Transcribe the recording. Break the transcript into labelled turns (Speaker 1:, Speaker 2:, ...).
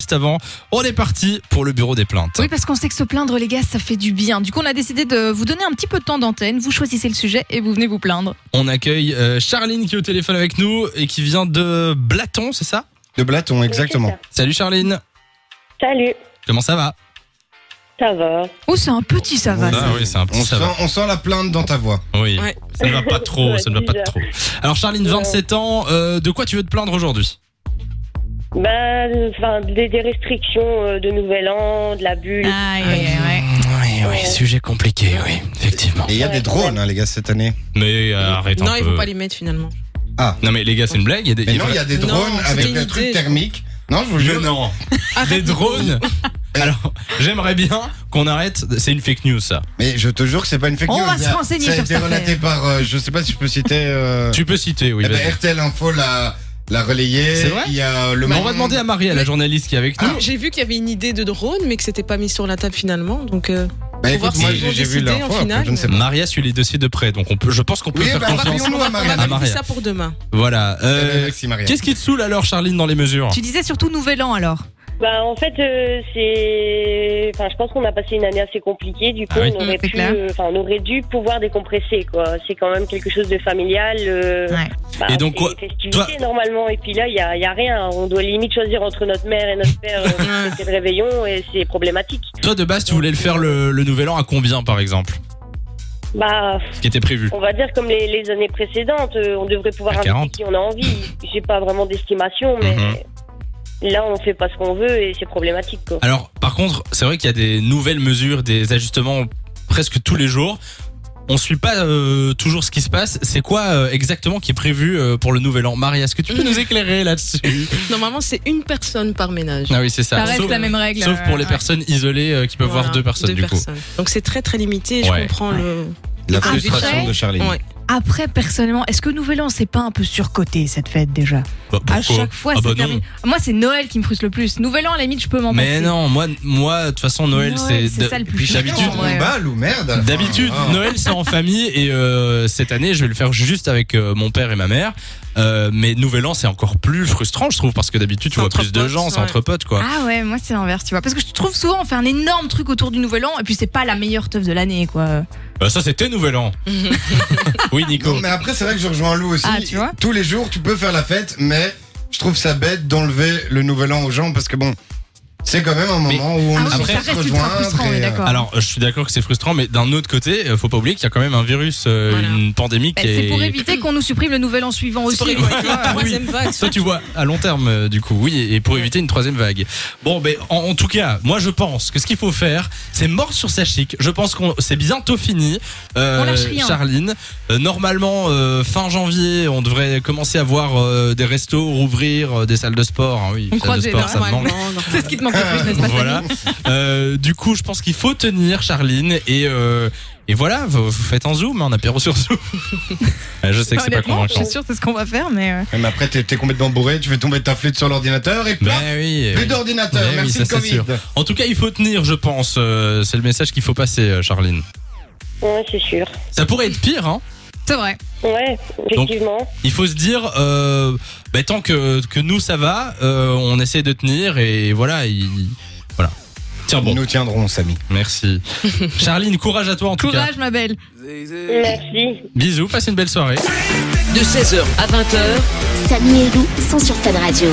Speaker 1: Juste avant, on est parti pour le bureau des plaintes.
Speaker 2: Oui, parce qu'on sait que se plaindre, les gars, ça fait du bien. Du coup, on a décidé de vous donner un petit peu de temps d'antenne. Vous choisissez le sujet et vous venez vous plaindre.
Speaker 1: On accueille euh, Charline qui est au téléphone avec nous et qui vient de Blaton, c'est ça
Speaker 3: De Blaton, exactement.
Speaker 4: Oui,
Speaker 1: Salut Charline,
Speaker 4: c'est ça. Salut,
Speaker 1: comment ça va
Speaker 4: ça va.
Speaker 2: Oh, c'est un petit ça va.
Speaker 3: Ah,
Speaker 2: ça.
Speaker 3: ça.
Speaker 1: oui, c'est un
Speaker 3: on,
Speaker 1: petit
Speaker 3: sent,
Speaker 1: ça va.
Speaker 3: on sent la plainte dans ta voix.
Speaker 1: Oui,
Speaker 5: Ouais.
Speaker 1: ça ne va pas trop, ça ne va pas
Speaker 4: Déjà.
Speaker 1: trop. Alors Charline, 27 ans, euh, de quoi tu veux te plaindre aujourd'hui
Speaker 4: Ben, enfin, des, des restrictions euh, de Nouvel An, de la bulle.
Speaker 2: Aïe,
Speaker 1: Eh
Speaker 2: aïe, aïe.
Speaker 1: Mm, Oui, oui, sujet compliqué, oui, effectivement.
Speaker 3: Et il y a des drones, hein, les gars, cette année.
Speaker 1: Mais euh, arrête
Speaker 5: Non,
Speaker 1: un
Speaker 5: il
Speaker 1: peu.
Speaker 5: faut pas les mettre finalement.
Speaker 1: Non mais les gars, c'est une blague. Il y a des,
Speaker 3: Mais
Speaker 1: il
Speaker 3: non,
Speaker 1: faut-
Speaker 3: il y a des
Speaker 5: Non,
Speaker 3: drones
Speaker 5: c'était
Speaker 3: avec
Speaker 5: une
Speaker 3: le truc
Speaker 5: idée.
Speaker 3: thermique. Non, je vous jure.
Speaker 1: Mais non, des drones. Alors, j'aimerais bien qu'on arrête. C'est une fake news, ça.
Speaker 3: Mais je te jure que c'est pas une fake
Speaker 2: On
Speaker 3: news.
Speaker 2: va se
Speaker 3: Ça-
Speaker 2: renseigner
Speaker 3: Ça a
Speaker 2: sur
Speaker 3: été
Speaker 2: cette
Speaker 3: relaté
Speaker 2: affaire.
Speaker 3: par, euh, je sais pas si je peux citer. euh,
Speaker 1: Tu peux citer, oui.
Speaker 3: eh ben,
Speaker 1: vas-y.
Speaker 3: RTL Info l'a, l'a
Speaker 1: C'est
Speaker 3: relayé.
Speaker 1: vrai
Speaker 3: Il y a euh, le
Speaker 1: Mais Bah, on
Speaker 3: Monde.
Speaker 1: va demander à Marie, à la journaliste qui est avec nous.
Speaker 5: J'ai vu qu'il y avait une idée de drone, mais que c'était pas mis sur la table finalement. Donc, euh,
Speaker 3: Bah,
Speaker 5: pour
Speaker 3: écoute,
Speaker 5: voir
Speaker 3: moi,
Speaker 5: si
Speaker 3: j'ai,
Speaker 5: ils vont
Speaker 3: j'ai vu
Speaker 5: décider,
Speaker 3: l'info.
Speaker 5: au
Speaker 3: après,
Speaker 5: final.
Speaker 3: Je ne sais pas.
Speaker 1: Maria suit les dossiers de près, donc on peut, je pense qu'on peut
Speaker 3: Oui,
Speaker 1: faire
Speaker 3: bah,
Speaker 1: confiance.
Speaker 3: rappelons-nous à
Speaker 5: on
Speaker 3: Marianne.
Speaker 5: va
Speaker 1: Maria.
Speaker 5: noter ça pour demain.
Speaker 1: Voilà.
Speaker 3: Eh ben,
Speaker 1: euh,
Speaker 3: Merci, Marianne.
Speaker 1: Qu'est-ce qui te saoule alors, Charline, dans les mesures
Speaker 2: Tu disais surtout Nouvel An alors.
Speaker 4: Ben, en fait, euh, c'est. Enfin, je pense qu'on a passé une année assez compliquée. Du coup,
Speaker 1: Ah oui.
Speaker 4: on aurait
Speaker 2: Mm, c'est
Speaker 4: pu.
Speaker 2: clair.
Speaker 4: euh, Enfin, on aurait dû pouvoir décompresser, quoi. C'est quand même quelque chose de familial. euh,
Speaker 2: Ouais.
Speaker 4: bah,
Speaker 1: Et donc,
Speaker 4: c'est
Speaker 1: quoi-
Speaker 4: une festivité, normalement. Et puis là, il y a, il y a rien. On doit limite choisir entre notre mère et notre père. euh,
Speaker 2: Ah.
Speaker 5: Ouais.
Speaker 4: c'est le réveillon et c'est problématique.
Speaker 1: Toi, de base, tu voulais le faire le, le nouvel an à combien, par exemple
Speaker 4: Bah,
Speaker 1: Ce qui était prévu
Speaker 4: On va dire comme les, les années précédentes, euh, on devrait pouvoir
Speaker 1: À
Speaker 4: inviter
Speaker 1: 40.
Speaker 4: qui on a envie. J'ai pas vraiment d'estimation, mais là on fait pas ce qu'on veut et c'est problématique. Quoi.
Speaker 1: Alors, par contre, c'est vrai qu'il y a des nouvelles mesures, des ajustements presque tous les jours. On suit pas euh, toujours ce qui se passe. C'est quoi euh, exactement qui est prévu euh, pour le nouvel an Maria, est-ce que tu peux nous éclairer là-dessus
Speaker 5: Normalement, c'est une personne par ménage.
Speaker 1: Ah oui, c'est
Speaker 2: Ça
Speaker 1: ça.
Speaker 2: reste
Speaker 1: Sauf,
Speaker 2: la même règle.
Speaker 1: sauf pour les
Speaker 2: Ouais.
Speaker 1: personnes isolées euh, qui peuvent
Speaker 5: Voilà,
Speaker 1: voir deux personnes, du coup.
Speaker 5: personnes. Donc, c'est très très limité. Je
Speaker 1: Ouais.
Speaker 5: comprends le.
Speaker 3: La
Speaker 2: Ah,
Speaker 3: frustration
Speaker 2: après-
Speaker 3: de Charlie.
Speaker 5: Ouais.
Speaker 2: Après, personnellement, est-ce que Nouvel An, c'est pas un peu surcoté cette fête déjà
Speaker 1: Bah,
Speaker 2: À
Speaker 1: pourquoi
Speaker 2: chaque fois,
Speaker 1: Ah
Speaker 2: c'est
Speaker 1: bah non.
Speaker 2: terminé. Moi, c'est Noël qui me frustre le plus. Nouvel An, à la limite, je peux m'en passer.
Speaker 1: Mais non, moi, moi, de toute façon, Noël, c'est.
Speaker 2: Noël, c'est ça
Speaker 1: et
Speaker 2: le plus
Speaker 1: puis
Speaker 2: chiant,
Speaker 1: d'habitude,
Speaker 2: en vrai. ouais.
Speaker 3: Balle ou merde.
Speaker 1: d'habitude,
Speaker 3: Ah.
Speaker 1: Noël, c'est en famille et euh, cette année, je vais le faire juste avec euh, mon père et ma mère. Euh, mais Nouvel An, c'est encore plus frustrant, je trouve, parce que d'habitude, tu
Speaker 5: C'est
Speaker 1: vois
Speaker 5: entre
Speaker 1: plus de
Speaker 5: potes,
Speaker 1: gens, c'est
Speaker 5: ouais.
Speaker 1: entre potes, quoi.
Speaker 2: Ah ouais, moi c'est l'inverse, tu vois. Parce que je trouve souvent on fait un énorme truc autour du Nouvel An et puis c'est pas la meilleure teuf de l'année, quoi.
Speaker 1: Bah, ça, c'était Nouvel An. oui, Nico.
Speaker 3: Non, mais après, c'est vrai que je rejoins Lou aussi.
Speaker 2: Ah, tu vois
Speaker 3: Tous les jours, tu peux faire la fête, mais je trouve ça bête d'enlever le nouvel an aux gens parce que bon, c'est quand même un
Speaker 1: Mais
Speaker 3: moment où on
Speaker 2: Ah oui,
Speaker 3: a
Speaker 1: après-
Speaker 2: ça reste ultra frustrant, on est
Speaker 3: euh,
Speaker 2: d'accord.
Speaker 1: Alors, je suis d'accord que c'est frustrant, mais d'un autre côté, euh, faut pas oublier qu'il y a quand même un virus, euh,
Speaker 5: Voilà.
Speaker 1: une pandémie qui
Speaker 2: Ben, c'est
Speaker 1: est-
Speaker 2: pour éviter qu'on nous supprime le Nouvel An suivant aussi.
Speaker 5: C'est pour
Speaker 2: quoi,
Speaker 5: éviter
Speaker 2: tu
Speaker 5: la
Speaker 2: vois.
Speaker 5: troisième vague.
Speaker 1: Ça, tu vois, à long terme, euh, du coup, oui, et pour éviter une troisième vague. Bon, ben, en, en tout cas, moi, je pense que ce qu'il faut faire, c'est mort sur sa chic. Je pense qu'on, c'est bientôt fini, euh,
Speaker 2: On lâche rien.
Speaker 1: Charline. Euh, normalement, euh, fin janvier, on devrait commencer à voir euh, des restos rouvrir, euh, des salles de sport. hein, oui,
Speaker 2: On
Speaker 1: salles
Speaker 2: croise
Speaker 1: de
Speaker 2: les
Speaker 1: sport,
Speaker 2: doigts,
Speaker 1: ça me manque.
Speaker 5: Normalement, non.
Speaker 2: C'est ce qui te manque le plus, n'est-ce pas
Speaker 1: Voilà. Euh, du coup, je pense qu'il faut tenir, Charline, et euh, et voilà, vous, vous faites un zoom, hein, un apéro sur zoom. Euh, je sais que
Speaker 2: Fanny
Speaker 1: c'est pas
Speaker 2: Honnêtement, je
Speaker 1: convaincant.
Speaker 2: suis sûre que c'est ce qu'on va faire, mais. euh,
Speaker 3: Mais après, t'es t'es complètement bourré, tu fais tomber ta flûte sur l'ordinateur et
Speaker 1: Ben
Speaker 3: plaf,
Speaker 1: oui.
Speaker 3: plus
Speaker 1: oui.
Speaker 3: d'ordinateur.
Speaker 1: Ouais, oui,
Speaker 3: Merci
Speaker 1: ça,
Speaker 3: le
Speaker 1: c'est
Speaker 3: Covid.
Speaker 1: sûr. En tout cas, il faut tenir, je pense. Euh, c'est le message qu'il faut passer, euh, Charline.
Speaker 4: Ouais, c'est sûr.
Speaker 1: Ça pourrait être pire. Hein
Speaker 2: C'est vrai.
Speaker 4: Ouais, effectivement.
Speaker 1: il faut se dire, euh, bah, tant que, que nous ça va, euh, on essaie de tenir et voilà. il- voilà. Tiens bon.
Speaker 3: Nous tiendrons, Samy.
Speaker 1: Merci. Charline, courage à toi en tout cas.
Speaker 2: Courage, ma belle.
Speaker 4: Merci.
Speaker 1: Bisous, passe une belle soirée.
Speaker 6: Samy et Lou sont sur Fun Radio.